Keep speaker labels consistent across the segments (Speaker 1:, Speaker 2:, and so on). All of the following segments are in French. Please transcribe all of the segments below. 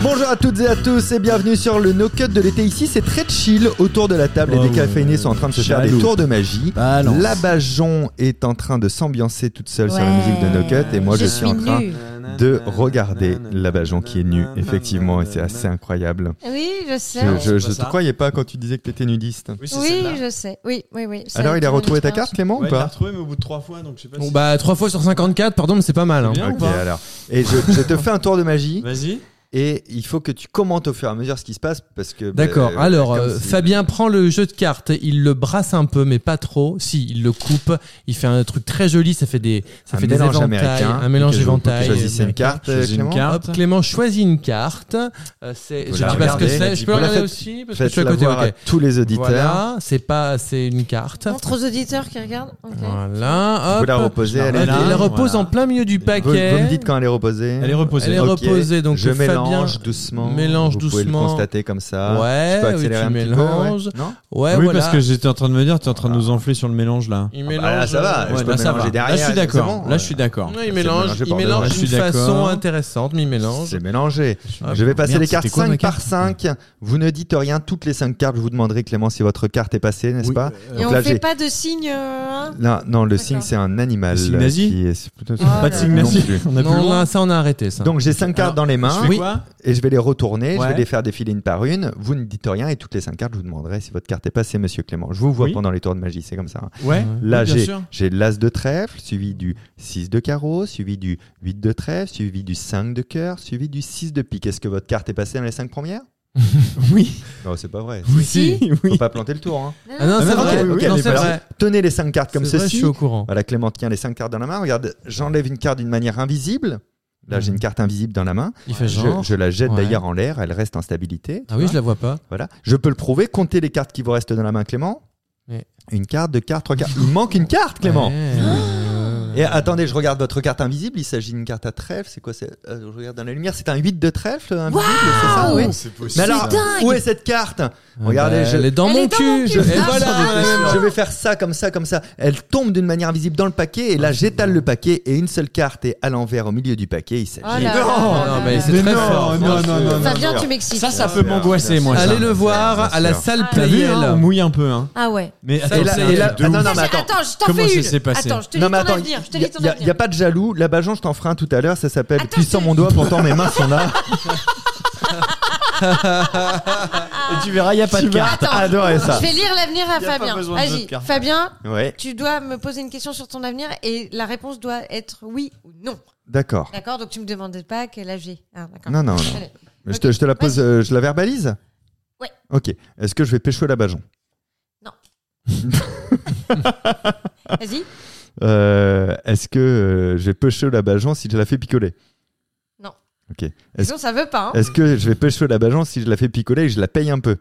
Speaker 1: Bonjour à toutes et à tous et bienvenue sur le No Cut de l'été. Ici, c'est très chill. Autour de la table,
Speaker 2: Oh ouais.
Speaker 1: les décaféinés sont en train de se faire
Speaker 2: Jaloux.
Speaker 1: des tours de magie.
Speaker 2: Balance.
Speaker 1: La Bajon est en train de s'ambiancer toute seule sur la
Speaker 3: Ouais.
Speaker 1: musique de No Cut et moi, je,
Speaker 3: Je
Speaker 1: suis,
Speaker 3: suis
Speaker 1: en train
Speaker 3: nue.
Speaker 1: de regarder la Bajon qui est nue, effectivement, et c'est assez incroyable.
Speaker 3: Oui, je sais.
Speaker 1: Je- Je je
Speaker 2: C'est pas
Speaker 1: te
Speaker 2: ça.
Speaker 1: croyais pas quand tu disais que t'étais nudiste.
Speaker 3: oui, je sais. Oui, oui, oui. ça a
Speaker 1: Alors, il
Speaker 3: été
Speaker 1: a
Speaker 3: mon
Speaker 1: retrouvé ta
Speaker 3: expérience.
Speaker 1: carte, Clément, ou
Speaker 4: Ouais, il l'a
Speaker 1: pas
Speaker 4: retrouvé, mais au bout de trois fois, donc je sais pas
Speaker 5: Bon
Speaker 4: si.
Speaker 5: bah 3 fois sur 54, pardon, mais c'est pas mal. hein.
Speaker 4: Bien ou
Speaker 1: Ok,
Speaker 4: pas
Speaker 1: alors. Et je, je te fais un tour de magie
Speaker 4: Vas-y.
Speaker 1: et il faut que tu commentes au fur et à mesure ce qui se passe parce que. bah,
Speaker 5: D'accord.
Speaker 1: euh,
Speaker 5: Alors,
Speaker 1: comme
Speaker 5: euh,
Speaker 1: si-
Speaker 5: Fabien prend le jeu de cartes, il le brasse un peu, mais pas trop. Si, il le coupe. Il fait un truc très joli. Ça fait des, ça
Speaker 1: un
Speaker 5: fait des
Speaker 1: mélange
Speaker 5: éventails,
Speaker 1: américain.
Speaker 5: un mélange
Speaker 1: Ok, je-
Speaker 5: éventail.
Speaker 1: Choisissez une carte,
Speaker 2: Choisis une
Speaker 1: euh, Clément.
Speaker 2: carte.
Speaker 5: Hop, Clément choisit une carte. Euh, c'est,
Speaker 1: Faut
Speaker 5: je dis
Speaker 1: la
Speaker 5: pas ce que
Speaker 1: regarder.
Speaker 5: c'est. Je peux
Speaker 1: Vous la
Speaker 5: regarder
Speaker 1: faites-
Speaker 5: aussi parce que je suis à
Speaker 1: Faites-la
Speaker 5: côté.
Speaker 1: voir à
Speaker 5: ok.
Speaker 1: tous les auditeurs.
Speaker 5: Voilà, c'est pas, c'est une carte.
Speaker 3: Montre aux auditeurs qui regardent. Ok.
Speaker 5: Voilà.
Speaker 1: Vous
Speaker 5: Hop.
Speaker 1: la reposez, Ah, elle est
Speaker 5: Elle,
Speaker 2: Voilà.
Speaker 5: elle
Speaker 1: là.
Speaker 5: repose
Speaker 2: Voilà.
Speaker 5: en plein milieu du
Speaker 1: Vous, vous
Speaker 5: paquet.
Speaker 1: me dites quand elle est reposée.
Speaker 2: Elle est
Speaker 5: Elle est
Speaker 2: reposée.
Speaker 1: Ok.
Speaker 5: reposée. Donc
Speaker 1: je
Speaker 5: Fabien-
Speaker 1: mélange doucement.
Speaker 5: mélange
Speaker 1: vous Pouvez
Speaker 5: doucement.
Speaker 1: le constater comme ça.
Speaker 5: Ouais,
Speaker 1: Je peux
Speaker 5: oui,
Speaker 1: accélérer
Speaker 5: tu
Speaker 1: un petit
Speaker 5: mélanges.
Speaker 1: peu. ouais. Non
Speaker 5: Ouais,
Speaker 2: oui,
Speaker 5: Eh, voilà.
Speaker 2: parce que j'étais en train de me dire, tu es en train de nous enfler sur le mélange là.
Speaker 1: Ah
Speaker 5: Il
Speaker 1: bah
Speaker 5: mélange.
Speaker 1: là, ça va.
Speaker 5: euh,
Speaker 1: je
Speaker 2: Ouais,
Speaker 1: peux
Speaker 2: là, ça
Speaker 1: mélanger
Speaker 2: va.
Speaker 1: derrière.
Speaker 2: Là, je suis
Speaker 1: c'est
Speaker 2: d'accord.
Speaker 1: bon.
Speaker 2: là, je suis d'accord.
Speaker 5: Ouais, il
Speaker 1: C'est
Speaker 5: mélange,
Speaker 1: mélangé par
Speaker 5: il
Speaker 1: deux.
Speaker 5: mélange
Speaker 2: Je suis
Speaker 5: d'une façon
Speaker 2: d'accord.
Speaker 5: intéressante, mais il mélange.
Speaker 1: C'est mélangé.
Speaker 6: Ah,
Speaker 5: Hop.
Speaker 1: Je vais
Speaker 2: Ah,
Speaker 1: passer
Speaker 2: Merde,
Speaker 1: les cartes
Speaker 2: c'était quoi,
Speaker 1: 5
Speaker 2: ma
Speaker 1: par 5. Vous ne dites rien. Toutes les 5 cartes, je vous demanderai, Clément, si votre carte est passée, n'est-ce
Speaker 2: Oui. Euh,
Speaker 1: pas
Speaker 3: Et on
Speaker 1: là, j'ai-
Speaker 3: fait pas de signe. hein
Speaker 1: non, non, le signe,
Speaker 3: D'accord.
Speaker 1: c'est un animal.
Speaker 2: Le signe
Speaker 1: euh,
Speaker 2: nazi
Speaker 1: qui est- plutôt-
Speaker 3: Ah,
Speaker 2: Pas de
Speaker 3: là,
Speaker 2: signe
Speaker 3: là.
Speaker 2: nazi. On a euh, plus le
Speaker 5: Non,
Speaker 2: droit.
Speaker 5: là, ça on a arrêté ça.
Speaker 1: Donc j'ai 5 cartes dans les
Speaker 2: Je
Speaker 1: mains
Speaker 2: fais
Speaker 5: Oui.
Speaker 2: quoi
Speaker 1: et je vais les retourner, je
Speaker 2: Ouais.
Speaker 1: vais les faire défiler une par une. Vous ne dites rien et toutes les 5 cartes, je vous demanderai si votre carte est passée, monsieur Clément. Je vous vois
Speaker 2: Oui.
Speaker 1: pendant les tours de magie, c'est comme ça. hein.
Speaker 2: Ouais.
Speaker 1: Là,
Speaker 2: Oui, bien
Speaker 1: j'ai-
Speaker 2: sûr.
Speaker 1: j'ai l'as de trèfle, suivi du 6 de carreau, suivi du 8 de trèfle, suivi du 5 de cœur, suivi du 6 de pique. Est-ce que votre carte est passée dans les 5 premières
Speaker 2: Oui.
Speaker 1: Non, c'est pas vrai.
Speaker 2: Oui.
Speaker 3: Si.
Speaker 1: Faut
Speaker 2: Oui.
Speaker 1: pas planter le tour. hein.
Speaker 5: Ah non,
Speaker 2: Ah,
Speaker 5: c'est
Speaker 2: mais non,
Speaker 5: vrai.
Speaker 2: ok, ok,
Speaker 5: non,
Speaker 2: elle est
Speaker 5: c'est
Speaker 2: pas là.
Speaker 5: vrai.
Speaker 1: Tenez les 5 cartes comme
Speaker 5: C'est vrai, Je
Speaker 1: ceci.
Speaker 5: suis au courant.
Speaker 1: Voilà, Clément tient les 5 cartes dans la main. Regarde, j'enlève une carte d'une manière invisible. Là,
Speaker 2: Hmm.
Speaker 1: j'ai une carte invisible dans la main.
Speaker 5: Il fait
Speaker 1: Je,
Speaker 5: genre.
Speaker 1: je la jette
Speaker 5: Ouais.
Speaker 1: d'ailleurs en l'air, elle reste en stabilité.
Speaker 5: Ah oui, je la vois pas.
Speaker 1: Voilà. Je peux le prouver, comptez les cartes qui vous restent dans la main, Clément.
Speaker 5: Ouais.
Speaker 1: Une carte, deux cartes, trois cartes. Il manque une carte, Clément.
Speaker 5: Ouais. Euh,
Speaker 1: Et attendez, je regarde votre carte invisible. Il s'agit d'une carte à trèfle. C'est quoi c'est- euh, Je regarde dans la lumière. C'est un 8 de trèfle euh, invisible, c'est ça Oui.
Speaker 4: C'est possible.
Speaker 1: Mais alors,
Speaker 3: dingue.
Speaker 1: où est cette carte Regardez,
Speaker 5: bah,
Speaker 1: je-
Speaker 5: Elle est dans
Speaker 3: Elle
Speaker 5: mon
Speaker 3: est dans
Speaker 5: cul.
Speaker 3: mon
Speaker 5: Je-
Speaker 3: cul.
Speaker 5: Et
Speaker 3: Ah,
Speaker 5: voilà.
Speaker 1: Je vais faire ça, comme ça, comme ça. Elle tombe d'une manière invisible dans le paquet. Et là, j'étale le paquet. Et une seule carte est à l'envers au milieu du paquet. Il s'agit.
Speaker 3: Oh là là
Speaker 2: Non,
Speaker 3: là
Speaker 5: non,
Speaker 3: là
Speaker 5: mais
Speaker 3: là
Speaker 5: c'est
Speaker 2: Mais
Speaker 3: là.
Speaker 5: très
Speaker 2: non,
Speaker 5: fort.
Speaker 2: non, non, non, non.
Speaker 3: Fabien, tu m'excites.
Speaker 2: Ça, ça peut m'angoisser, moi. ça.
Speaker 5: Allez le voir à la
Speaker 1: Bien sûr.
Speaker 5: salle
Speaker 2: T'as vu,
Speaker 5: Playel.
Speaker 2: hein, on mouille un peu. Hein.
Speaker 3: Ah ouais.
Speaker 2: Mais
Speaker 5: Ça,
Speaker 2: attends,
Speaker 1: Et là-
Speaker 2: c'est
Speaker 5: et
Speaker 2: un
Speaker 5: là-
Speaker 2: truc de
Speaker 1: non,
Speaker 2: ouf.
Speaker 1: non, mais
Speaker 3: Attends,
Speaker 1: attends.
Speaker 3: je t'en
Speaker 2: Comment
Speaker 3: fais
Speaker 2: ça
Speaker 3: une.
Speaker 2: s'est passé
Speaker 3: Attends, je te
Speaker 1: Non
Speaker 3: lis
Speaker 1: mais
Speaker 3: ton
Speaker 1: attends,
Speaker 3: avenir. Je te
Speaker 1: il
Speaker 3: lis ton
Speaker 1: n'y a, y
Speaker 3: avenir.
Speaker 1: a pas de jaloux. La Bajon, je t'en ferai un tout à l'heure. Ça s'appelle
Speaker 3: Attends,
Speaker 1: Tu
Speaker 3: je
Speaker 1: sens
Speaker 3: te-
Speaker 1: mon doigt, pourtant mes mains sont là.
Speaker 2: Et tu verras, il n'y a pas de carte.
Speaker 3: Attends.
Speaker 1: Adorer ça.
Speaker 3: Je vais lire l'avenir à
Speaker 4: Y a pas
Speaker 3: Fabien.
Speaker 4: besoin de
Speaker 3: Vas-y,
Speaker 4: d'autres cartes.
Speaker 3: Fabien,
Speaker 1: Ouais,
Speaker 3: tu dois me poser une question sur ton avenir et la réponse doit être oui ou non.
Speaker 1: d'accord.
Speaker 3: D'accord Donc tu me demandais pas quel âge j'ai. Ah, d'accord.
Speaker 1: Non, non, non.
Speaker 3: Allez.
Speaker 1: Mais Je, te, je te la pose, euh, je la verbalise
Speaker 3: Ouais.
Speaker 1: Ok. Est-ce que je vais pécho la Bajon
Speaker 3: Vas-y.
Speaker 1: Euh, Est-ce que euh, je vais pécho la Bajon si je la fais picoler
Speaker 3: Non.
Speaker 1: Ok. Est-ce-
Speaker 3: Sinon, ça veut pas. hein.
Speaker 1: Est-ce que je vais pécho la Bajon si je la fais picoler et que je la paye un peu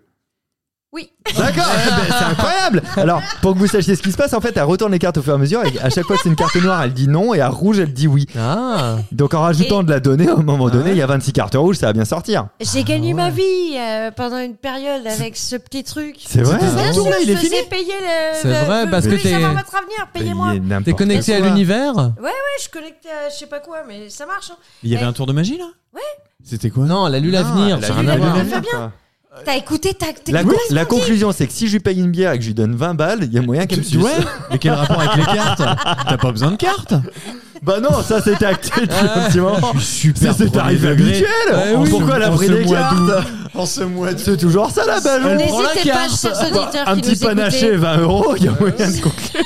Speaker 3: Oui.
Speaker 1: D'accord, eh ben, c'est incroyable. Alors, pour que vous sachiez ce qui se passe, en fait, elle retourne les cartes au fur et à mesure. Et à chaque fois que c'est une carte noire, elle dit non, et à rouge, elle dit oui.
Speaker 5: Ah.
Speaker 1: Donc, en rajoutant
Speaker 3: Et-
Speaker 1: de la donnée, au moment donné, il y a 26 cartes rouges, ça va bien sortir.
Speaker 3: J'ai gagné ma vie euh, pendant une période avec ce petit truc.
Speaker 1: C'est vrai.
Speaker 5: C'est
Speaker 3: Bien
Speaker 5: Ah,
Speaker 3: sûr,
Speaker 5: tour, là, il est
Speaker 3: je faisais
Speaker 5: fini
Speaker 3: payer le.
Speaker 5: C'est
Speaker 3: le-
Speaker 5: vrai,
Speaker 3: vous
Speaker 5: parce que
Speaker 3: voulez
Speaker 5: t'es-
Speaker 3: savoir votre avenir, payez-moi.
Speaker 1: Payer
Speaker 3: Ouais,
Speaker 1: n'importe
Speaker 5: T'es connecté à
Speaker 1: quoi.
Speaker 5: l'univers
Speaker 3: je suis connecté à je sais pas quoi, mais ça marche. hein.
Speaker 2: Il y avait un tour de magie là
Speaker 3: Ouais.
Speaker 2: C'était quoi
Speaker 5: Non, elle a lu
Speaker 1: Non,
Speaker 5: l'avenir.
Speaker 1: elle
Speaker 5: ça
Speaker 1: a
Speaker 5: a
Speaker 1: lu
Speaker 5: rien à voir.
Speaker 1: l'avenir,
Speaker 3: Fabien.
Speaker 1: quoi.
Speaker 3: T'as écouté, t'as. t'es-
Speaker 1: La, con- la conclusion, c'est que si je lui paye une bière et que je lui donne 20 balles, il y a moyen qu'elle me suce.
Speaker 2: Ouais, mais quel rapport avec les cartes T'as pas besoin de cartes
Speaker 1: Bah non, ça c'était acté depuis un petit moment.
Speaker 2: Super
Speaker 1: C'est cet arrivé habituel.
Speaker 5: Eh oui.
Speaker 1: Pourquoi elle a
Speaker 2: En
Speaker 1: pris
Speaker 2: ce
Speaker 1: des
Speaker 2: mois
Speaker 1: cartes
Speaker 2: d'août.
Speaker 4: En ce mois de.
Speaker 1: C'est toujours ça la balle.
Speaker 5: prend la
Speaker 3: N'hésitez pas,
Speaker 5: carte.
Speaker 3: chers auditeurs
Speaker 1: Un
Speaker 3: qui
Speaker 1: petit
Speaker 3: nous
Speaker 1: panaché,
Speaker 3: écoutez.
Speaker 1: 20 euros, il y a moyen de conclure.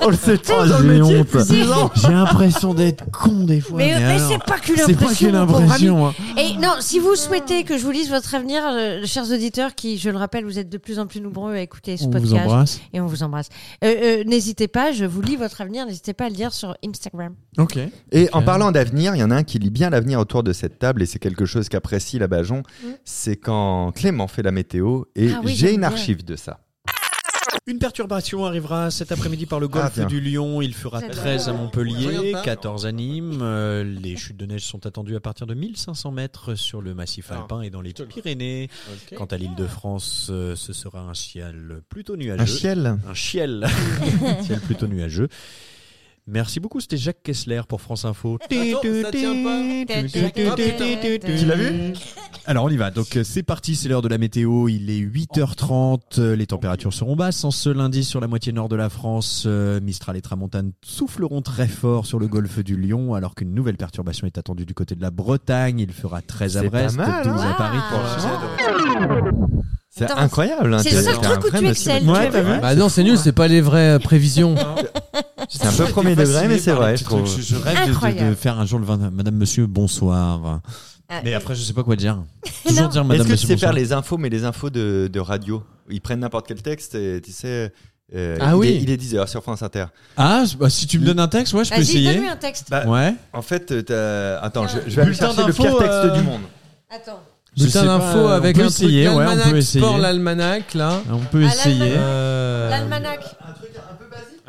Speaker 1: On le sait tous
Speaker 2: Oh,
Speaker 1: dans le
Speaker 2: j'ai
Speaker 1: métier
Speaker 2: honte.
Speaker 1: depuis 10 ans.
Speaker 2: J'ai l'impression d'être con des fois.
Speaker 3: Mais, mais
Speaker 2: alors,
Speaker 3: c'est pas que
Speaker 2: c'est pas que
Speaker 3: l'impression. mon pauvre ami.
Speaker 2: l'impression. hein.
Speaker 3: Et non, si vous souhaitez que je vous lise votre avenir, euh, chers auditeurs, qui, je le rappelle, vous êtes de plus en plus nombreux à écouter ce
Speaker 2: On vous
Speaker 3: podcast.
Speaker 2: embrasse.
Speaker 3: et on vous embrasse. Euh, euh, n'hésitez pas, je vous lis votre avenir, n'hésitez pas à le dire sur Instagram.
Speaker 2: Ok.
Speaker 1: Et en parlant d'avenir, il y en a un qui lit bien l'avenir autour de cette table et c'est quelque chose qu'apprécie la Bajon. C'est quand Clément fait la météo et
Speaker 3: Mm. Ah oui,
Speaker 1: j'ai
Speaker 3: j'aime
Speaker 1: une
Speaker 3: bien.
Speaker 1: archive de ça.
Speaker 6: Une perturbation arrivera cet après-midi par le
Speaker 1: Ah,
Speaker 6: golfe
Speaker 1: tiens.
Speaker 6: du Lion. Il fera
Speaker 3: C'est
Speaker 6: 13 à Montpellier,
Speaker 5: Voyons pas.
Speaker 6: 14 à Nîmes. Euh, les chutes de neige sont attendues à partir de 1500 mètres sur le massif alpin et dans les Pyrénées.
Speaker 1: Bah,
Speaker 6: Quant à l'île de France, euh, ce sera un ciel plutôt nuageux.
Speaker 1: Un ciel
Speaker 6: Un ciel. Un ciel plutôt nuageux. Merci beaucoup, c'était Jacques Kessler pour France Info.
Speaker 5: ça tient pas.
Speaker 1: Tu l'as vu
Speaker 6: Alors on y va, donc euh, c'est parti, c'est l'heure de la météo, il est 8h30, euh, les températures seront basses en ce lundi sur la moitié nord de la France, euh, Mistral et Tramontane souffleront très fort sur le golfe du Lion alors qu'une nouvelle perturbation est attendue du côté de la Bretagne, il fera 13 à
Speaker 1: C'est pas
Speaker 6: Brest,
Speaker 1: mal,
Speaker 6: 12 à
Speaker 3: hein
Speaker 6: Paris.
Speaker 1: C'est
Speaker 3: Attends,
Speaker 1: incroyable. hein,
Speaker 3: c'est
Speaker 1: t'as-
Speaker 3: le seul
Speaker 1: t'as
Speaker 3: truc
Speaker 1: un
Speaker 3: où
Speaker 1: vrai
Speaker 3: tu
Speaker 1: monsieur.
Speaker 3: excelles, tu Ouais, vois. t'as
Speaker 5: Bah non, c'est nul, c'est pas les vraies euh, prévisions.
Speaker 1: C'est un peu premier degré, mais c'est vrai, je trouve.
Speaker 6: Je rêve de- de- de,
Speaker 3: Incroyable.
Speaker 6: faire un jour le 20 Madame Monsieur bonsoir.
Speaker 3: Ah,
Speaker 6: Mais
Speaker 3: euh,
Speaker 6: après je sais pas quoi dire. Toujours dire
Speaker 1: Est-ce
Speaker 6: Madame
Speaker 1: que tu
Speaker 6: Monsieur
Speaker 1: sais faire
Speaker 6: bonsoir.
Speaker 1: les infos, mais les infos de, de radio Ils prennent n'importe quel texte et tu sais. euh,
Speaker 5: Ah
Speaker 1: il
Speaker 5: oui.
Speaker 1: est- Il est 10h sur France Inter.
Speaker 6: Ah, je- bah, si tu me donnes un texte, ouais, je peux
Speaker 3: Vas-y,
Speaker 6: essayer.
Speaker 3: donne-lui un texte.
Speaker 1: Bah,
Speaker 6: Ouais.
Speaker 1: En fait, euh, t'as- attends, je, je vais aller
Speaker 6: Bulletin
Speaker 1: chercher le
Speaker 6: d'info,
Speaker 1: pire texte
Speaker 6: euh,
Speaker 1: du monde.
Speaker 3: Attends.
Speaker 6: Je
Speaker 5: Bulletin
Speaker 6: sais
Speaker 5: d'info
Speaker 6: pas, on
Speaker 5: avec
Speaker 6: peut
Speaker 5: un
Speaker 6: essayer, ouais,
Speaker 5: truc
Speaker 6: on peut
Speaker 5: l'almanach,
Speaker 6: essayer.
Speaker 5: sport l'almanach là.
Speaker 6: On peut
Speaker 3: Ah,
Speaker 6: essayer.
Speaker 3: l'almanach.
Speaker 5: Euh,
Speaker 3: L'almanach.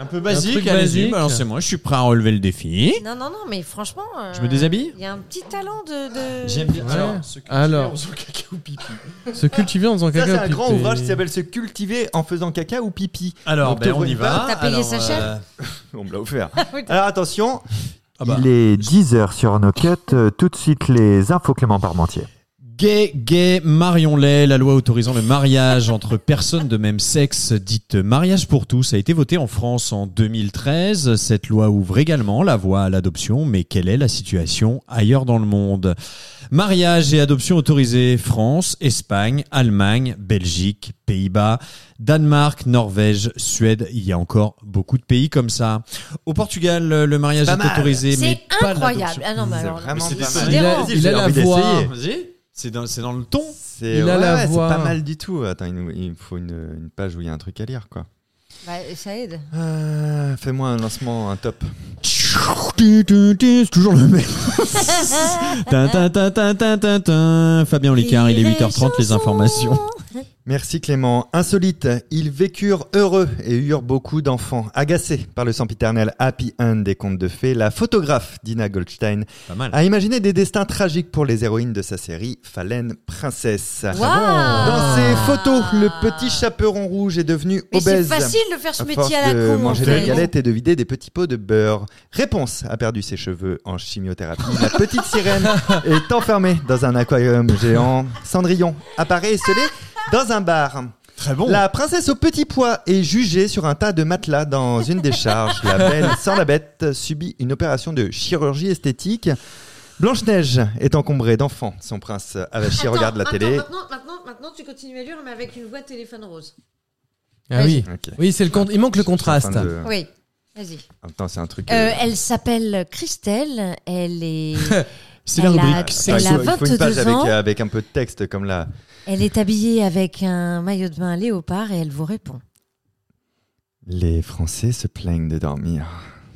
Speaker 6: Un peu
Speaker 5: basique,
Speaker 6: basique,
Speaker 5: allez-y,
Speaker 6: allez-y.
Speaker 5: balancez-moi,
Speaker 6: Balancez-moi, je suis prêt à relever le défi.
Speaker 3: Non, non, non, mais franchement. euh,
Speaker 6: Je me déshabille
Speaker 3: Il y a un petit talent de. de-
Speaker 6: bien.
Speaker 5: Ouais. Euh, Alors, se cultiver en faisant
Speaker 1: Ça, c'est
Speaker 5: caca
Speaker 1: un
Speaker 5: au
Speaker 1: grand
Speaker 5: pipi.
Speaker 1: ouvrage qui s'appelle Se cultiver en faisant caca ou pipi.
Speaker 6: Alors,
Speaker 1: Donc, te
Speaker 6: ben, on
Speaker 1: vois
Speaker 6: y
Speaker 1: une
Speaker 6: va.
Speaker 3: T'as payé
Speaker 6: Alors,
Speaker 3: sa chèvre
Speaker 6: euh,
Speaker 1: On me l'a offert.
Speaker 3: Ah oui, t'as-
Speaker 1: Alors attention,
Speaker 6: ah bah.
Speaker 1: il est 10h sur nos cuts. Euh, Tout de suite, les infos Clément Parmentier.
Speaker 6: Gay, gay, Marion Lay, la loi autorisant le mariage entre personnes de même sexe, dite mariage pour tous, a été votée en France en 2013. Cette loi ouvre également la voie à l'adoption, mais quelle est la situation ailleurs dans le monde Mariage et adoption autorisée France, Espagne, Allemagne, Belgique, Pays-Bas, Danemark, Norvège, Suède, il y a encore beaucoup de pays comme ça. Au Portugal, le mariage
Speaker 1: Pas
Speaker 6: est
Speaker 1: mal.
Speaker 6: autorisé, mais
Speaker 3: C'est
Speaker 6: pas
Speaker 3: incroyable.
Speaker 6: l'adoption.
Speaker 3: Ah non, mais
Speaker 1: C'est
Speaker 3: alors.
Speaker 1: vraiment
Speaker 6: Mais
Speaker 1: pas
Speaker 6: c'est
Speaker 1: mal.
Speaker 5: Il a,
Speaker 1: Vas-y,
Speaker 5: il
Speaker 1: j'ai
Speaker 5: a la
Speaker 1: envie
Speaker 5: voix.
Speaker 4: Ah,
Speaker 1: d'essayer.
Speaker 6: Vas-y, C'est dans, c'est dans le ton
Speaker 1: C'est
Speaker 5: Il a
Speaker 1: ouais,
Speaker 5: la
Speaker 1: ouais, c'est
Speaker 5: voix.
Speaker 1: pas mal du tout. Attends, il, nous- il me faut une, une page où il y a un truc à lire, quoi.
Speaker 3: Bah, ça aide.
Speaker 1: Euh, Fais-moi un lancement, un top.
Speaker 6: C'est toujours le même. Tin, tin, tin, tin, tin, tin, tin. Fabien Olicard, il est 8h30, les informations.
Speaker 1: Merci Clément. Insolite, ils vécurent heureux et eurent beaucoup d'enfants. Agacés par le sempiternel happy end des contes de fées, la photographe Dina Goldstein
Speaker 6: Pas mal.
Speaker 1: a imaginé des destins tragiques pour les héroïnes de sa série Phalène Princesse.
Speaker 3: Waouh
Speaker 1: Dans ses photos, le petit chaperon rouge est devenu
Speaker 3: Mais c'est
Speaker 1: obèse.
Speaker 3: facile de faire ce
Speaker 1: À
Speaker 3: métier
Speaker 1: force
Speaker 3: à la
Speaker 1: de
Speaker 3: con. en
Speaker 1: manger
Speaker 3: fait.
Speaker 1: des galettes et de vider des petits pots de beurre. Réponse a perdu ses cheveux en chimiothérapie. La petite sirène est enfermée dans un aquarium géant. Cendrillon apparaît esselé dans un bar.
Speaker 6: Très bon.
Speaker 1: La princesse au petit pois est jugée sur un tas de matelas dans une décharge. La belle sans la bête subit une opération de chirurgie esthétique. Blanche-Neige est encombrée d'enfants. Son prince avachi
Speaker 3: Attends,
Speaker 1: regarde la
Speaker 3: attends,
Speaker 1: télé.
Speaker 3: Maintenant, maintenant, maintenant, tu continues à lire, mais avec une voix téléphone rose.
Speaker 5: Ah oui.
Speaker 1: Ok.
Speaker 5: Oui, c'est le con- il manque le contraste.
Speaker 1: Enfin de-
Speaker 3: Oui. Vas-y.
Speaker 1: En même temps, c'est un truc.
Speaker 3: Euh,
Speaker 1: euh,
Speaker 3: elle s'appelle Christelle. Elle est.
Speaker 6: C'est la
Speaker 3: elle a-
Speaker 6: rubrique.
Speaker 3: elle
Speaker 1: Ah, il
Speaker 3: a
Speaker 1: faut- il faut une page
Speaker 3: 22
Speaker 1: avec, euh,
Speaker 3: ans.
Speaker 1: avec un peu de texte comme là.
Speaker 3: Elle est habillée avec un maillot de bain léopard et elle vous répond.
Speaker 1: Les Français se plaignent de dormir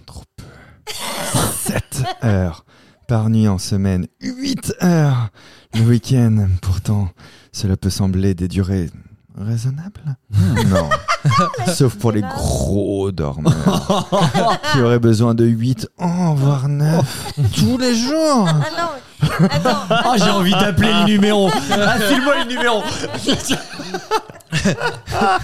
Speaker 1: trop peu. 7 heures par nuit en semaine, 8 heures le week-end. Pourtant, cela peut sembler des durées raisonnables. Non. Sauf pour les gros dormeurs qui auraient besoin de 8 ans, voire 9 tous les jours.
Speaker 3: Ah non mais- Attends
Speaker 6: Ah, j'ai envie d'appeler le numéro. Ah, file-moi le numéro.
Speaker 1: Ah,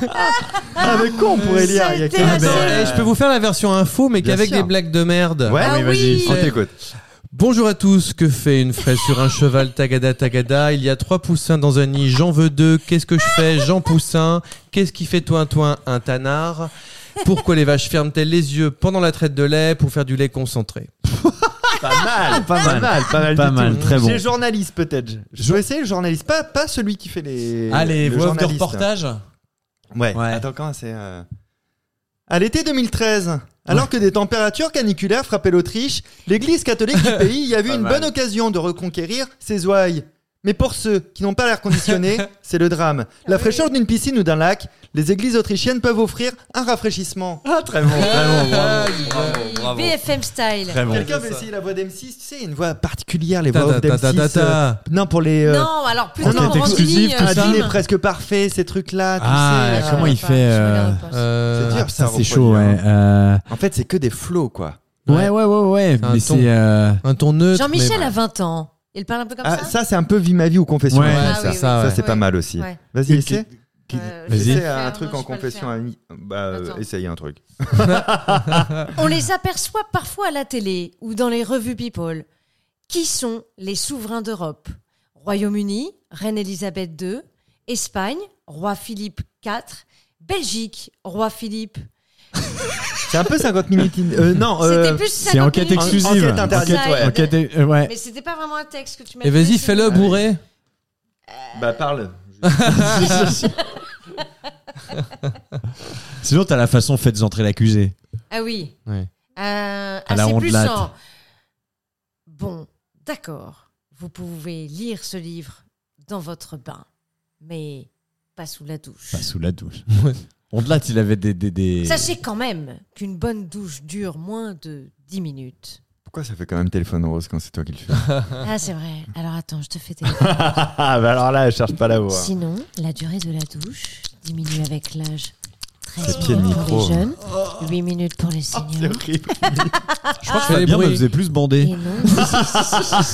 Speaker 1: mais quoi, on pourrait lire il y a
Speaker 3: C'était
Speaker 1: quelques-
Speaker 5: Attends,
Speaker 3: c'est-
Speaker 5: eh, je peux vous faire la version info, mais
Speaker 1: Bien
Speaker 5: qu'avec
Speaker 1: sûr.
Speaker 5: des blagues de merde.
Speaker 1: Ouais,
Speaker 3: Ah
Speaker 1: mais
Speaker 3: oui.
Speaker 1: vas-y, on t'écoute.
Speaker 5: Bonjour à tous, que fait une fraise sur un cheval tagada tagada Il y a trois poussins dans un nid, j'en veux deux, qu'est-ce que je fais Jean Poussin, qu'est-ce qui fait toin toin un tanard Pourquoi les vaches ferment-elles les yeux pendant la traite de lait pour faire du lait concentré
Speaker 1: Pas mal, Ah, pas mal, pas mal,
Speaker 6: Pas
Speaker 1: du
Speaker 6: mal,
Speaker 1: tout.
Speaker 6: très bon.
Speaker 1: C'est journaliste peut-être. Je vais essayer le journaliste, pas, pas celui qui fait les.
Speaker 6: Allez,
Speaker 1: le
Speaker 6: voix de
Speaker 1: journaliste.
Speaker 6: reportage.
Speaker 1: Ouais.
Speaker 6: Ouais.
Speaker 1: Attends, quand c'est. euh, À l'été 2013, alors que des températures caniculaires frappaient l'Autriche, l'Église catholique du pays y a vu une bonne occasion de reconquérir ses ouailles. Mais pour ceux qui n'ont pas l'air conditionné, c'est le drame. La fraîcheur d'une piscine ou d'un lac, les églises autrichiennes peuvent offrir un rafraîchissement.
Speaker 6: Ah, très bon, très bon,
Speaker 5: Euh,
Speaker 6: bravo.
Speaker 3: BFM style.
Speaker 6: Très bon.
Speaker 1: Quelqu'un veut essayer la voix d'M6 Tu sais, il y a une voix particulière, les
Speaker 5: Ta
Speaker 1: voix
Speaker 5: ta ta ta ta
Speaker 1: d'M6. euh,
Speaker 5: ta.
Speaker 1: Non, pour les. euh,
Speaker 3: non, alors plutôt
Speaker 1: Enquête
Speaker 3: Morandini,
Speaker 6: exclusive, tout
Speaker 3: euh,
Speaker 1: Un
Speaker 6: ça.
Speaker 1: dîner
Speaker 3: Jim.
Speaker 1: Ah, presque parfait, ces trucs-là. tu
Speaker 6: Ah,
Speaker 1: sais,
Speaker 6: comment
Speaker 1: euh,
Speaker 6: il fait euh,
Speaker 5: Euh,
Speaker 1: C'est dur,
Speaker 6: Ça,
Speaker 1: ça,
Speaker 6: c'est chaud, ouais.
Speaker 1: reproduire.
Speaker 6: euh,
Speaker 1: En fait, c'est que des flots, quoi.
Speaker 6: Ouais, ouais, ouais, ouais.
Speaker 5: C'est un
Speaker 6: Mais
Speaker 5: ton.
Speaker 6: c'est. euh,
Speaker 5: Un ton neutre.
Speaker 3: Jean-Michel
Speaker 5: mais-
Speaker 3: a 20 ans. Il parle un peu comme
Speaker 1: Ah,
Speaker 3: ça
Speaker 1: ça, c'est un peu vie ma vie ou confession.
Speaker 6: Ouais.
Speaker 1: ça,
Speaker 3: Ah oui, oui,
Speaker 1: ça,
Speaker 5: oui.
Speaker 1: c'est pas mal aussi.
Speaker 3: Ouais.
Speaker 1: Vas-y, essaie. Qui-
Speaker 3: Euh, je
Speaker 1: Vas-y.
Speaker 3: vais
Speaker 1: Essaye
Speaker 3: le faire,
Speaker 1: un
Speaker 3: non,
Speaker 1: truc en
Speaker 3: je vais pas le
Speaker 1: confession.
Speaker 3: faire.
Speaker 1: à une- Bah, euh,
Speaker 3: Attends.
Speaker 1: essaye un truc.
Speaker 3: On les aperçoit parfois à la télé ou dans les revues People. Qui sont les souverains d'Europe Royaume-Uni, reine Élisabeth II, Espagne, roi Philippe IV, Belgique, roi Philippe.
Speaker 1: C'est un peu 50 minutes. in- euh, non,
Speaker 3: C'était
Speaker 1: euh,
Speaker 3: plus
Speaker 6: C'est
Speaker 3: 50
Speaker 6: enquête
Speaker 3: minutes.
Speaker 1: exclusive.
Speaker 6: exclusive.
Speaker 1: Enquête interdite,
Speaker 3: Enquête- ouais.
Speaker 6: Enquête, euh, ouais.
Speaker 3: Mais c'était pas vraiment un texte que tu m'as
Speaker 5: Et
Speaker 3: donné,
Speaker 5: vas-y,
Speaker 3: c'est-
Speaker 5: fais-le, bourré.
Speaker 1: bah parle.
Speaker 6: Sinon, t'as la façon faites entrer l'accusé.
Speaker 3: Ah oui.
Speaker 5: Ouais.
Speaker 3: Euh,
Speaker 6: la
Speaker 3: assez
Speaker 6: rondelate.
Speaker 3: puissant. Bon, d'accord. Vous pouvez lire ce livre dans votre bain, mais pas sous la douche.
Speaker 6: Pas sous la douche. On de là, il avait des. des, des-
Speaker 3: Sachez quand même qu'une bonne douche dure moins de 10 minutes.
Speaker 1: Pourquoi ça fait quand même téléphone rose quand c'est toi qui le fais
Speaker 3: Ah, c'est vrai. Alors attends, je te fais tes.
Speaker 1: Ah bah alors là, elle cherche pas la voix.
Speaker 3: Sinon, la durée de la douche diminue avec l'âge. 13
Speaker 1: C'est pieds de
Speaker 3: minutes pour
Speaker 1: micro.
Speaker 3: Ah, les jeunes, 8 minutes pour les
Speaker 1: Oh, c'est
Speaker 3: seniors.
Speaker 1: horrible.
Speaker 6: Je
Speaker 3: Ah.
Speaker 6: crois que
Speaker 5: Fais Ah. les
Speaker 6: Fabien me
Speaker 5: bruits.
Speaker 6: faisait plus bander.
Speaker 3: Et non.
Speaker 5: Ah,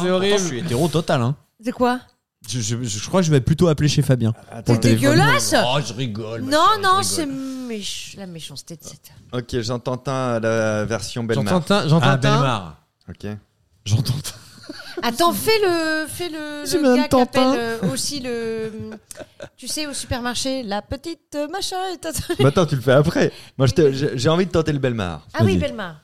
Speaker 5: c'est
Speaker 6: Pourtant,
Speaker 5: horrible.
Speaker 6: je suis hétéro total. Hein.
Speaker 3: C'est quoi
Speaker 6: Je, je- je crois que je vais plutôt appeler chez Fabien.
Speaker 3: C'est dégueulasse
Speaker 6: Oh, je rigole. ma
Speaker 3: Non,
Speaker 6: chérie, je
Speaker 3: non,
Speaker 6: rigole.
Speaker 3: c'est méch- la méchanceté de cette.
Speaker 1: Ok, j'entends un, la version Belmar.
Speaker 5: J'entends j'entends
Speaker 6: Ah,
Speaker 5: un-
Speaker 6: Belmar.
Speaker 1: Ok.
Speaker 6: J'entends.
Speaker 3: Attends, fais le, fais le,
Speaker 6: C'est
Speaker 3: le
Speaker 6: Madame
Speaker 3: gars qui appelle
Speaker 6: Tantin.
Speaker 3: euh, aussi le. Tu sais, au supermarché, la petite euh, machin est attendue.
Speaker 1: Bah attends, tu le fais après. Moi, je te- j'ai j'ai envie de tenter le Belmar.
Speaker 3: Ah oui,
Speaker 6: Vas-y.
Speaker 3: Belmar.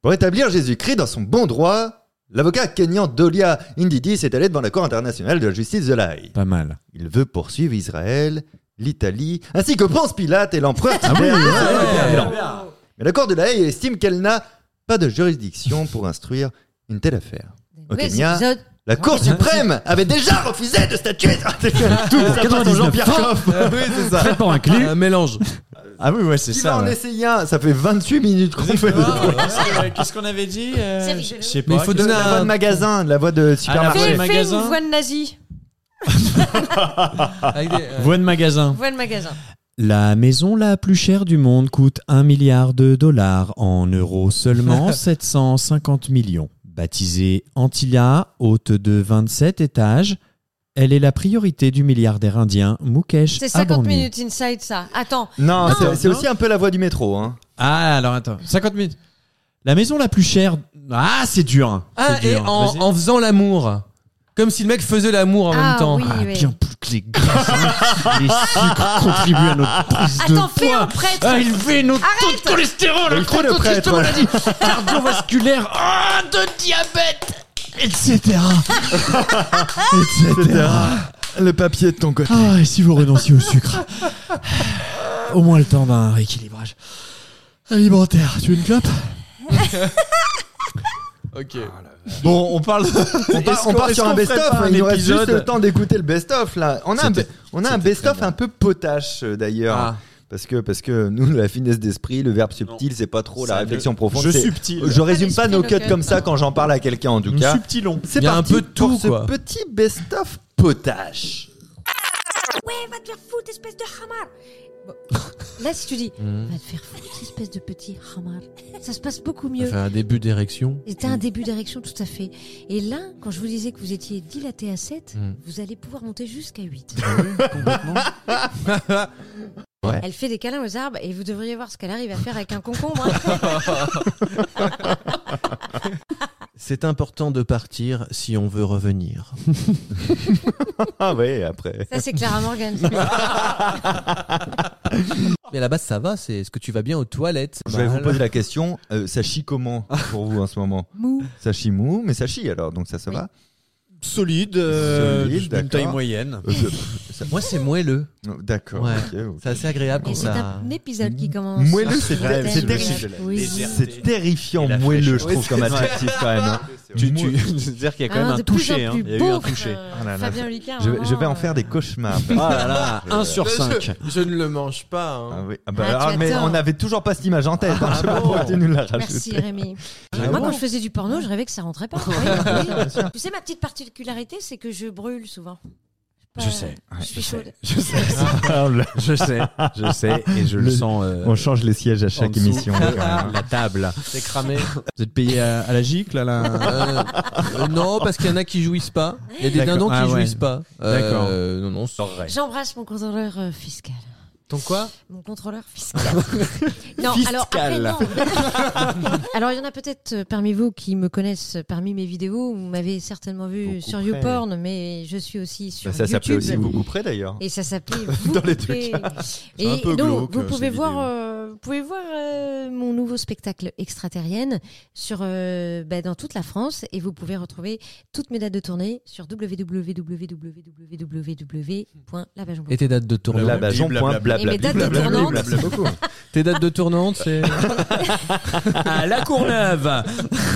Speaker 1: Pour établir Jésus-Christ dans son bon droit, l'avocat kényan Dolia Indidi s'est allé devant la Cour internationale de la justice de La Haye.
Speaker 6: Pas mal.
Speaker 1: Il veut poursuivre Israël, l'Italie, ainsi que Ponce Pilate et l'empereur Tibère. Mais la Cour de La Haye estime qu'elle n'a pas de juridiction pour instruire une telle affaire. Au
Speaker 3: Les
Speaker 1: Kenya,
Speaker 3: épisodes-
Speaker 1: La Cour suprême avait déjà refusé de statuer sur tout pour
Speaker 6: 99
Speaker 1: Jean-Pierre
Speaker 6: francs.
Speaker 1: Coff.
Speaker 5: Oui, c'est ça.
Speaker 6: Très pas inclus.
Speaker 5: Un mélange.
Speaker 6: Ah oui, ouais, c'est
Speaker 1: Il
Speaker 6: ça.
Speaker 1: va en
Speaker 6: ouais.
Speaker 1: essayer un. Ça fait 28 minutes qu'on fait le truc.
Speaker 6: Qu'est-ce qu'on avait dit
Speaker 3: C'est rigolo. je sais
Speaker 5: Mais il faut
Speaker 1: De
Speaker 5: donner
Speaker 1: la voix de
Speaker 5: un.
Speaker 1: magasin, de la voix de supermarché.
Speaker 6: ouais,
Speaker 3: Fais, fais
Speaker 6: magasin.
Speaker 3: une voix de nazi.
Speaker 5: avec des- euh,
Speaker 6: Voix de magasin.
Speaker 3: Voix de magasin.
Speaker 6: Ah, La maison la plus chère du monde coûte 1 milliard de dollars, en euros seulement 750 millions. Baptisée Antilla, haute de 27 étages, elle est la priorité du milliardaire indien Mukesh
Speaker 3: C'est 50
Speaker 6: Ambani.
Speaker 3: minutes inside, ça. Attends,
Speaker 1: Non,
Speaker 6: Non,
Speaker 1: c'est- c'est
Speaker 6: non.
Speaker 1: aussi un peu la voix du métro. Hein.
Speaker 6: Ah, alors attends,
Speaker 5: euh,
Speaker 6: 50 minutes. La maison la plus chère. Ah, c'est dur. hein.
Speaker 5: Ah,
Speaker 6: C'est
Speaker 5: et
Speaker 6: dur.
Speaker 5: en,
Speaker 6: Vas-y.
Speaker 5: en faisant l'amour. Comme si le mec faisait l'amour en
Speaker 3: Ah,
Speaker 5: même temps.
Speaker 3: oui.
Speaker 6: Ah, bien plus que les graisses, hein. les sucres contribuent à notre prise de
Speaker 3: Attends, fais
Speaker 6: poids.
Speaker 3: un prêtre.
Speaker 6: Ah, élever nos taux de cholestérol,
Speaker 1: Il faut
Speaker 6: accroître
Speaker 1: le
Speaker 6: notre
Speaker 1: prêtre.
Speaker 6: système maladie cardiovasculaire, ah, de diabète, etc. etc.
Speaker 1: Le papier de ton côté.
Speaker 6: Ah, et si vous renonciez au sucre Au moins le temps d'un rééquilibrage alimentaire. Tu veux une clope
Speaker 5: Ok.
Speaker 1: Bon, on parle. On part,
Speaker 6: Est-ce
Speaker 1: on
Speaker 6: qu'on-
Speaker 1: part
Speaker 6: est-ce
Speaker 1: sur un
Speaker 6: qu'on ferait
Speaker 1: best-of. hein,
Speaker 6: pas un
Speaker 1: Il nous reste
Speaker 6: épisode
Speaker 1: juste le temps d'écouter le best-of là. On a un,
Speaker 6: C'était-
Speaker 1: be- on a un best-of un peu potache euh, d'ailleurs.
Speaker 5: Ah.
Speaker 1: Parce que, parce que nous, la finesse d'esprit, le verbe subtil, c'est pas trop la
Speaker 6: Ça,
Speaker 1: réflexion profonde.
Speaker 6: Je
Speaker 1: c'est-
Speaker 6: subtil.
Speaker 1: Je résume pas
Speaker 3: L'esprit
Speaker 1: nos
Speaker 3: local,
Speaker 1: cuts comme ça
Speaker 3: pardon.
Speaker 1: quand j'en parle à quelqu'un en tout cas.
Speaker 6: Subtilon.
Speaker 1: C'est
Speaker 5: hein. Il y a un
Speaker 1: parti
Speaker 5: peu de tout,
Speaker 1: pour ce
Speaker 5: quoi.
Speaker 1: petit best-of potache.
Speaker 3: Ouais, va te faire foutre, espèce de hamar. Bon. Là, si tu dis,
Speaker 5: Mmh.
Speaker 3: va te faire foutre, espèce de petit hamar, ça se passe beaucoup mieux.
Speaker 5: Enfin, un début d'érection.
Speaker 3: C'était un début d'érection tout à fait. Et là, quand je vous disais que vous étiez dilaté à 7,
Speaker 5: Mm.
Speaker 3: vous allez pouvoir monter jusqu'à 8.
Speaker 1: Ah
Speaker 3: Elle fait des câlins aux arbres et vous devriez voir ce qu'elle arrive à faire avec un concombre. hein.
Speaker 5: C'est important de partir si on veut revenir.
Speaker 1: Ah ouais,
Speaker 6: Bah
Speaker 1: après.
Speaker 3: Ça, c'est Clara Morgan.
Speaker 5: Mais à la base, ça va. C'est est-ce que tu vas bien aux toilettes
Speaker 1: Je vais vous
Speaker 5: Voilà.
Speaker 1: poser la question. euh, ça chie comment pour vous en ce moment
Speaker 3: Mou.
Speaker 1: Ça chie mou, mais ça chie alors, donc ça, ça
Speaker 3: Oui.
Speaker 1: va
Speaker 6: Solide,
Speaker 1: euh, Solide, d'une
Speaker 6: d'une
Speaker 1: d'accord.
Speaker 6: taille
Speaker 1: taille
Speaker 6: moyenne.
Speaker 1: Euh, je-
Speaker 5: Moi, c'est moelleux.
Speaker 1: D'accord.
Speaker 5: Ouais.
Speaker 1: ok, ok.
Speaker 5: C'est assez agréable
Speaker 3: Et
Speaker 5: comme
Speaker 3: c'est
Speaker 5: ça.
Speaker 3: un épisode qui commence.
Speaker 1: Moelleux, c'est
Speaker 3: Je t'aime,
Speaker 1: c'est
Speaker 3: je
Speaker 1: terrible.
Speaker 3: t'aime. Oui.
Speaker 1: C'est terrifiant,
Speaker 6: Et la
Speaker 1: moelleux,
Speaker 6: flèche.
Speaker 1: je trouve, comme adjectif quand même. hein.
Speaker 6: Tu,
Speaker 1: Mou-
Speaker 6: tu- C'est-à-dire qu'il y a quand
Speaker 3: Ah,
Speaker 6: même
Speaker 3: de
Speaker 6: un
Speaker 3: plus en
Speaker 6: toucher. hein.
Speaker 3: plus
Speaker 6: Il y a eu
Speaker 3: beau
Speaker 6: un
Speaker 3: que,
Speaker 6: touché.
Speaker 3: euh,
Speaker 1: Ah là là,
Speaker 3: Fabien Olicard,
Speaker 1: Je, vais- je vais en
Speaker 3: vraiment,
Speaker 1: faire
Speaker 3: euh,
Speaker 1: des cauchemars.
Speaker 6: Ah là là, 1 sur 5.
Speaker 5: Je ne le mange pas. hein.
Speaker 1: Ah oui. Ah bah,
Speaker 3: Ah, tu
Speaker 1: ah, mais
Speaker 3: adores.
Speaker 1: on n'avait toujours pas cette image en tête. hein.
Speaker 6: Ah
Speaker 1: je sais pas pourquoi tu nous l'as
Speaker 3: Merci
Speaker 1: rajoutée.
Speaker 3: Rémi.
Speaker 1: Ah
Speaker 3: Moi, quand je faisais du porno, je rêvais que ça rentrait pas. Oui, oui. tu sais, ma petite particularité, c'est que je brûle souvent. Je pas-
Speaker 6: Je sais.
Speaker 3: Je suis chaude.
Speaker 6: Je sais.
Speaker 3: hein.
Speaker 6: je sais. Je sais. Et je le,
Speaker 1: Le-
Speaker 6: sens. euh,
Speaker 1: Ah, On change les sièges à
Speaker 6: en
Speaker 1: chaque
Speaker 6: dessous. Ah,
Speaker 1: émission. quand même.
Speaker 6: La table.
Speaker 5: C'est cramé.
Speaker 6: Vous êtes payé à, à la gicle, là, là
Speaker 5: Euh, euh, non, parce qu'il y en a qui jouissent pas. Il y a des
Speaker 6: D'accord.
Speaker 5: dindons qui
Speaker 6: Ah ouais.
Speaker 5: jouissent pas.
Speaker 6: D'accord.
Speaker 5: Euh, non, non. c'est-
Speaker 3: J'embrasse mon contrôleur euh, fiscal.
Speaker 5: Ton quoi
Speaker 3: Mon contrôleur fiscal. non, alors après,
Speaker 6: Fiscal.
Speaker 3: non. alors il y en a peut-être euh, parmi vous qui me connaissent euh, parmi mes vidéos. Vous m'avez certainement vu
Speaker 1: Beaucoup
Speaker 3: sur
Speaker 1: près.
Speaker 3: YouPorn, mais je suis aussi sur
Speaker 1: Bah, ça s'appelait
Speaker 3: YouTube.
Speaker 1: aussi Vous couperez d'ailleurs.
Speaker 3: Et ça s'appelait
Speaker 1: Dans
Speaker 3: Vous
Speaker 1: les
Speaker 3: coupez.
Speaker 1: deux
Speaker 3: Et
Speaker 4: un peu
Speaker 3: donc,
Speaker 4: glauque,
Speaker 3: vous
Speaker 4: euh,
Speaker 3: pouvez
Speaker 4: ces
Speaker 3: voir,
Speaker 4: vidéos.
Speaker 3: euh, vous pouvez voir euh, mon nouveau spectacle extraterrienne sur euh, bah, dans toute la France et vous pouvez retrouver toutes mes dates de tournée sur www.labajon.com.
Speaker 5: Et tes dates de tournante
Speaker 1: Là, bah, Jean
Speaker 4: Blablabla.
Speaker 1: Point,
Speaker 3: Et mes dates de
Speaker 1: blablabla,
Speaker 3: tournante.
Speaker 1: blablabla, beaucoup.
Speaker 5: Tes dates de tournante, c'est.
Speaker 6: À la Courneuve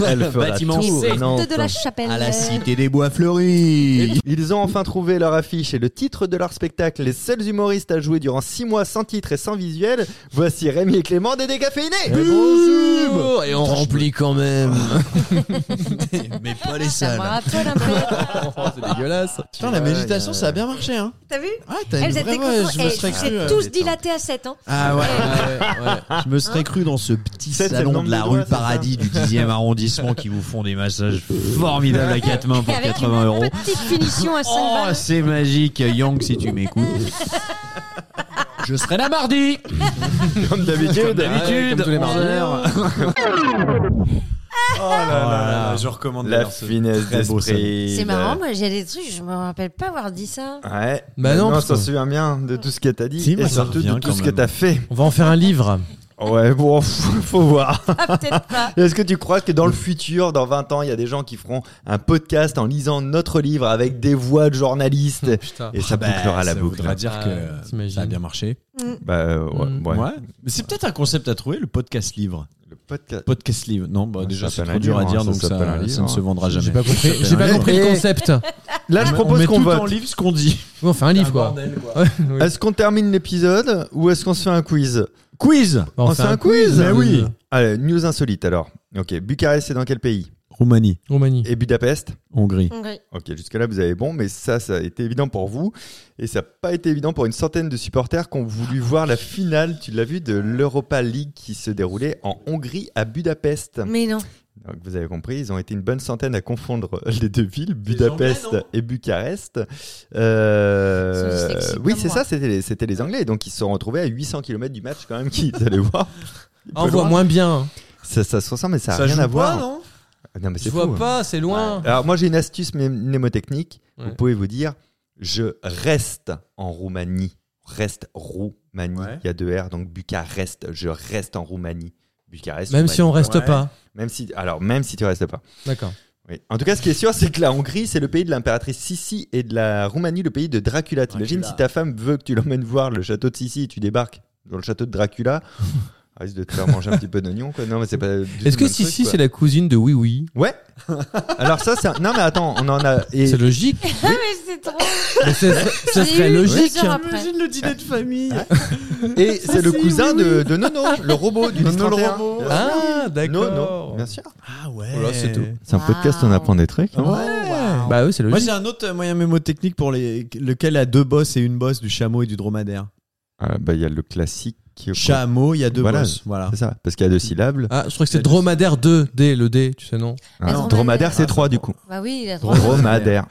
Speaker 1: Elle fera
Speaker 6: Bâtiment
Speaker 1: tout.
Speaker 6: C.
Speaker 1: Nantes.
Speaker 3: De la Chapelle.
Speaker 6: À la Cité des Bois Fleuris
Speaker 1: Ils ont enfin trouvé leur affiche et le titre de leur spectacle, les seuls humoristes à jouer durant 6 mois sans titre et sans visuel. Voici Rémi et Clément des décaféinés. Bonjour.
Speaker 5: Et on remplit quand même.
Speaker 6: Mais pas les
Speaker 3: Ça me
Speaker 6: salles hein.
Speaker 3: rappelle un peu.
Speaker 5: Oh, c'est dégueulasse.
Speaker 2: Putain, la méditation, ça a bien marché, hein.
Speaker 3: T'as vu
Speaker 2: Ah, t'as
Speaker 3: Eh,
Speaker 2: une
Speaker 3: Vous êtes
Speaker 2: vraie
Speaker 3: des
Speaker 2: voix,
Speaker 3: cocos.
Speaker 2: je me
Speaker 3: Eh,
Speaker 2: serais
Speaker 3: vous
Speaker 2: cru,
Speaker 3: êtes
Speaker 2: euh,
Speaker 3: tous dilatés à hein. 7 ans.
Speaker 2: Ah ouais.
Speaker 6: Je me
Speaker 3: Hein
Speaker 6: serais cru dans ce petit
Speaker 1: Sept, c'est le
Speaker 6: salon
Speaker 1: nombre
Speaker 6: de la
Speaker 1: de
Speaker 6: rue
Speaker 1: doigts, c'est ça
Speaker 6: Paradis du 10e arrondissement qui vous font des massages formidables à quatre mains pour
Speaker 3: Avec
Speaker 6: 80 euros.
Speaker 3: une petite finition à 5
Speaker 6: Oh,
Speaker 3: balles.
Speaker 6: c'est magique, Yang, si tu m'écoutes. Je serai là mardi
Speaker 1: Comme d'habitude.
Speaker 5: Ah Comme tous les mardeurs.
Speaker 6: Ah Je recommande
Speaker 1: La finesse
Speaker 6: Très beau
Speaker 1: d'esprit.
Speaker 3: C'est marrant, moi j'ai des trucs, je me rappelle pas avoir dit ça.
Speaker 1: Ouais.
Speaker 5: Bah non,
Speaker 1: on
Speaker 5: parce
Speaker 1: s'en
Speaker 5: que-
Speaker 1: souvient bien de tout ce que t'as dit
Speaker 6: Si, moi,
Speaker 1: et
Speaker 6: ça
Speaker 1: surtout de
Speaker 6: revient
Speaker 1: tout
Speaker 6: quand
Speaker 1: ce que
Speaker 6: même.
Speaker 1: t'as fait.
Speaker 5: On va en faire un livre.
Speaker 1: Ouais, bon, faut voir.
Speaker 3: Ah, peut-être pas.
Speaker 1: Est-ce que tu crois que dans le futur, dans 20 ans, il y a des gens qui feront un podcast en lisant notre livre avec des voix de journalistes
Speaker 5: Putain.
Speaker 1: et
Speaker 6: Ah
Speaker 1: ça bouclera la boucle
Speaker 6: voudra bah, dire
Speaker 5: Ah,
Speaker 6: que
Speaker 5: t'imagines.
Speaker 6: ça a bien marché.
Speaker 1: Bah euh, ouais,
Speaker 5: Mm.
Speaker 1: ouais.
Speaker 6: Ouais. Mais c'est peut-être un concept à trouver, le podcast livre.
Speaker 1: Le podcast.
Speaker 6: Podcast livre. Non, bah,
Speaker 1: Ça
Speaker 6: déjà, c'est
Speaker 1: s'appelle
Speaker 6: trop
Speaker 1: un
Speaker 6: dur à
Speaker 1: livre,
Speaker 6: dire,
Speaker 1: hein,
Speaker 6: donc
Speaker 1: ça
Speaker 6: ça,
Speaker 1: s'appelle un
Speaker 6: ça
Speaker 1: livre,
Speaker 6: ne se
Speaker 1: hein.
Speaker 6: vendra jamais.
Speaker 5: J'ai pas compris,
Speaker 6: Ça
Speaker 5: j'ai
Speaker 6: s'appelle
Speaker 5: pas
Speaker 6: Ah, un
Speaker 5: compris le
Speaker 1: livre.
Speaker 5: concept.
Speaker 1: Là, je
Speaker 6: On
Speaker 1: propose
Speaker 6: met
Speaker 1: qu'on
Speaker 6: tout
Speaker 1: vote.
Speaker 6: en livre ce qu'on dit.
Speaker 5: On fait un livre quoi. Ouais, oui.
Speaker 1: Est-ce qu'on termine l'épisode ou est-ce qu'on se fait un quiz
Speaker 6: Quiz
Speaker 5: Bah, On fait un quiz,
Speaker 1: Mais
Speaker 5: hein.
Speaker 1: oui Allez, news insolite alors. Ok, Bucarest, c'est dans quel pays
Speaker 6: Roumanie,
Speaker 5: Roumanie.
Speaker 1: Et Budapest
Speaker 6: Hongrie.
Speaker 3: Hongrie.
Speaker 1: Ok, jusque-là, vous avez bon, mais ça, ça a été évident pour vous. Et ça n'a pas été évident pour une centaine de supporters qui ont voulu voir la finale, tu l'as vu, de l'Europa League qui se déroulait en Hongrie à Budapest.
Speaker 3: Mais non.
Speaker 1: Donc, vous avez compris, ils ont été une bonne centaine à confondre les deux villes, Budapest et Bucarest. Euh,
Speaker 3: Ils sont dyslexiques
Speaker 1: Oui,
Speaker 3: comme
Speaker 1: c'est
Speaker 3: moi.
Speaker 1: ça, c'était les, c'était les Anglais. Donc, ils se sont retrouvés à 800 km du match quand même qu'ils allaient voir.
Speaker 5: Ah, on voit moins bien.
Speaker 1: Ça, ça se ressemble, mais ça n'a
Speaker 6: Ça
Speaker 1: rien
Speaker 6: joue
Speaker 1: à
Speaker 6: pas,
Speaker 1: voir. Ah,
Speaker 6: non
Speaker 1: Non, mais
Speaker 5: Je
Speaker 1: c'est fou. hein.
Speaker 5: vois pas, c'est loin.
Speaker 1: Alors moi j'ai une astuce mné- mnémotechnique.
Speaker 5: Ah. Ouais.
Speaker 1: Vous pouvez vous dire je reste en Roumanie. Reste Roumanie.
Speaker 6: Ouais.
Speaker 1: Il y a deux R donc Bucarest. Je reste en Roumanie. Bucarest.
Speaker 5: Même
Speaker 1: Roumanie.
Speaker 5: si on reste
Speaker 6: Ouais.
Speaker 5: pas.
Speaker 1: Même si alors même si tu restes pas.
Speaker 5: D'accord.
Speaker 1: Oui. En tout cas ce qui est sûr c'est que la Hongrie c'est le pays de l'impératrice Sissi et de la Roumanie le pays de Dracula. T'imagines
Speaker 6: Dracula.
Speaker 1: si ta femme veut que tu l'emmènes voir le château de Sissi et tu débarques dans le château de Dracula. Elle Risque de te faire manger un petit peu d'oignon quoi. Non mais c'est pas. du tout le
Speaker 5: Est-ce que
Speaker 1: même truc,
Speaker 5: Sissi
Speaker 1: quoi.
Speaker 5: c'est la cousine de Oui Oui
Speaker 1: Ouais. Alors ça c'est un- non mais attends on en a. et-
Speaker 5: C'est logique.
Speaker 3: Ah, mais c'est trop.
Speaker 5: Mais c'est- Ce
Speaker 3: J'ai
Speaker 5: serait
Speaker 3: eu
Speaker 5: logique. Ah,
Speaker 3: deux heures après.
Speaker 2: le dîner de famille.
Speaker 1: Et c'est le cousin de, de Nono, le robot du Nono
Speaker 2: le
Speaker 5: Ah
Speaker 1: Nono,
Speaker 5: d'accord.
Speaker 1: bien sûr. Ah
Speaker 6: Ah ouais. Ah
Speaker 5: Voilà, c'est tout.
Speaker 1: Oh C'est
Speaker 3: un podcast, on apprend
Speaker 1: des trucs.
Speaker 5: Bah oui c'est
Speaker 6: Moi
Speaker 5: logique.
Speaker 6: j'ai un autre moyen mémotechnique pour les... lequel a deux bosses et une bosse du chameau et du dromadaire.
Speaker 1: bah il y a le classique. qui-
Speaker 6: Chameau, il y a deux
Speaker 1: Voilà.
Speaker 6: bosses. Voilà.
Speaker 1: C'est ça, parce qu'il y a deux syllabes.
Speaker 5: Ah je crois que c'est dromadaire 2 D le D tu sais non.
Speaker 1: Hein,
Speaker 3: non.
Speaker 1: Dromadaire, c'est trois du coup.
Speaker 3: Bah oui, il a droit.
Speaker 1: Dromadaire.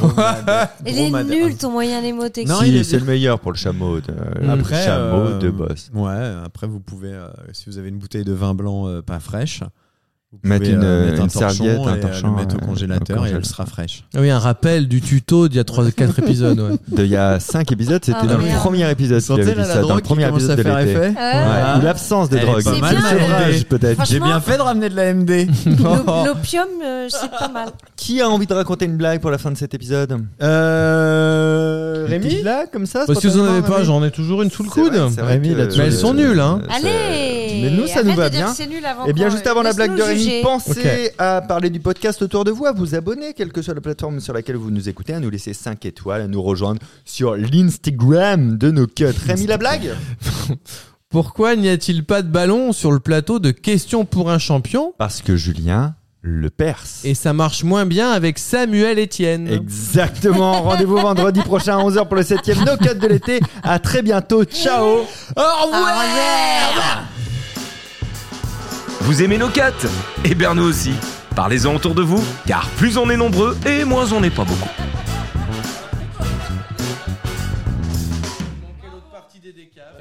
Speaker 3: Il est
Speaker 6: Dromadaire.
Speaker 3: nul ton moyen mnémotechnique.
Speaker 6: Non,
Speaker 1: Si,
Speaker 6: il est-
Speaker 1: c'est le meilleur pour le chameau. De,
Speaker 6: Après,
Speaker 1: le chameau
Speaker 6: euh,
Speaker 1: de boss.
Speaker 6: Ouais, après vous pouvez, euh, si vous avez une bouteille de vin blanc euh, pas fraîche, vous pouvez,
Speaker 1: Mettre une,
Speaker 6: euh, mettre
Speaker 1: une
Speaker 6: un torchon
Speaker 1: serviette,
Speaker 6: et, euh,
Speaker 1: un torchon,
Speaker 6: le mettre
Speaker 1: euh,
Speaker 6: au
Speaker 1: au
Speaker 6: congélateur et elle
Speaker 1: congélateur.
Speaker 6: sera fraîche.
Speaker 5: Ah oui un rappel du tuto d'il y a 3-4 épisodes. ouais.
Speaker 1: De il y a cinq épisodes, c'était
Speaker 3: Ah,
Speaker 1: dans le
Speaker 3: merde.
Speaker 1: premier épisode. qu'il avait dit ça, dans le premier épisode de l'été. Ouais,
Speaker 3: Ah.
Speaker 1: Ou l'absence de
Speaker 6: Elle est
Speaker 1: drogue.
Speaker 6: pas
Speaker 1: Ou
Speaker 3: mal,
Speaker 1: le
Speaker 3: la
Speaker 1: sevrage,
Speaker 6: MD.
Speaker 1: peut-être.
Speaker 3: Franchement-
Speaker 6: fait de ramener de la MD.
Speaker 3: L'o- L'opium, euh, c'est pas mal.
Speaker 1: Qui a envie de raconter une blague pour la fin de cet épisode
Speaker 6: euh,
Speaker 1: Une petite blague comme ça
Speaker 5: Parce que vous en avez
Speaker 1: spontanément,
Speaker 5: pas
Speaker 1: Rémi
Speaker 5: j'en ai toujours une sous le
Speaker 1: C'est vrai,
Speaker 5: coude.
Speaker 1: c'est vrai
Speaker 6: Rémi,
Speaker 1: que-
Speaker 6: là-dessus,
Speaker 5: Mais elles sont nulles, hein.
Speaker 1: C'est-
Speaker 3: Allez
Speaker 1: Mais nous, ça
Speaker 3: Arrête
Speaker 1: nous
Speaker 3: de
Speaker 1: va
Speaker 3: dire
Speaker 1: bien.
Speaker 3: que c'est nul avant
Speaker 1: Eh bien,
Speaker 3: qu'on-
Speaker 1: juste avant la blague de
Speaker 3: laisse-nous
Speaker 1: Rémi,
Speaker 3: juger.
Speaker 1: pensez à parler du podcast autour de vous, à vous abonner, quelle que soit la plateforme sur laquelle vous nous écoutez, à nous laisser 5 étoiles, à nous rejoindre sur l'Instagram de nos cuts. Rémi, la blague
Speaker 5: Pourquoi n'y a-t-il pas de ballon sur le plateau de questions pour un champion
Speaker 1: Parce que Julien le Perse.
Speaker 5: Et ça marche moins bien avec Samuel Etienne.
Speaker 1: Exactement. Rendez-vous vendredi prochain à 11h pour le 7ème No Cut de l'été. À très bientôt. Ciao.
Speaker 5: Au revoir
Speaker 7: Vous aimez nos cuts Eh bien nous aussi. Parlez-en autour de vous, car plus on est nombreux et moins on n'est pas beaucoup.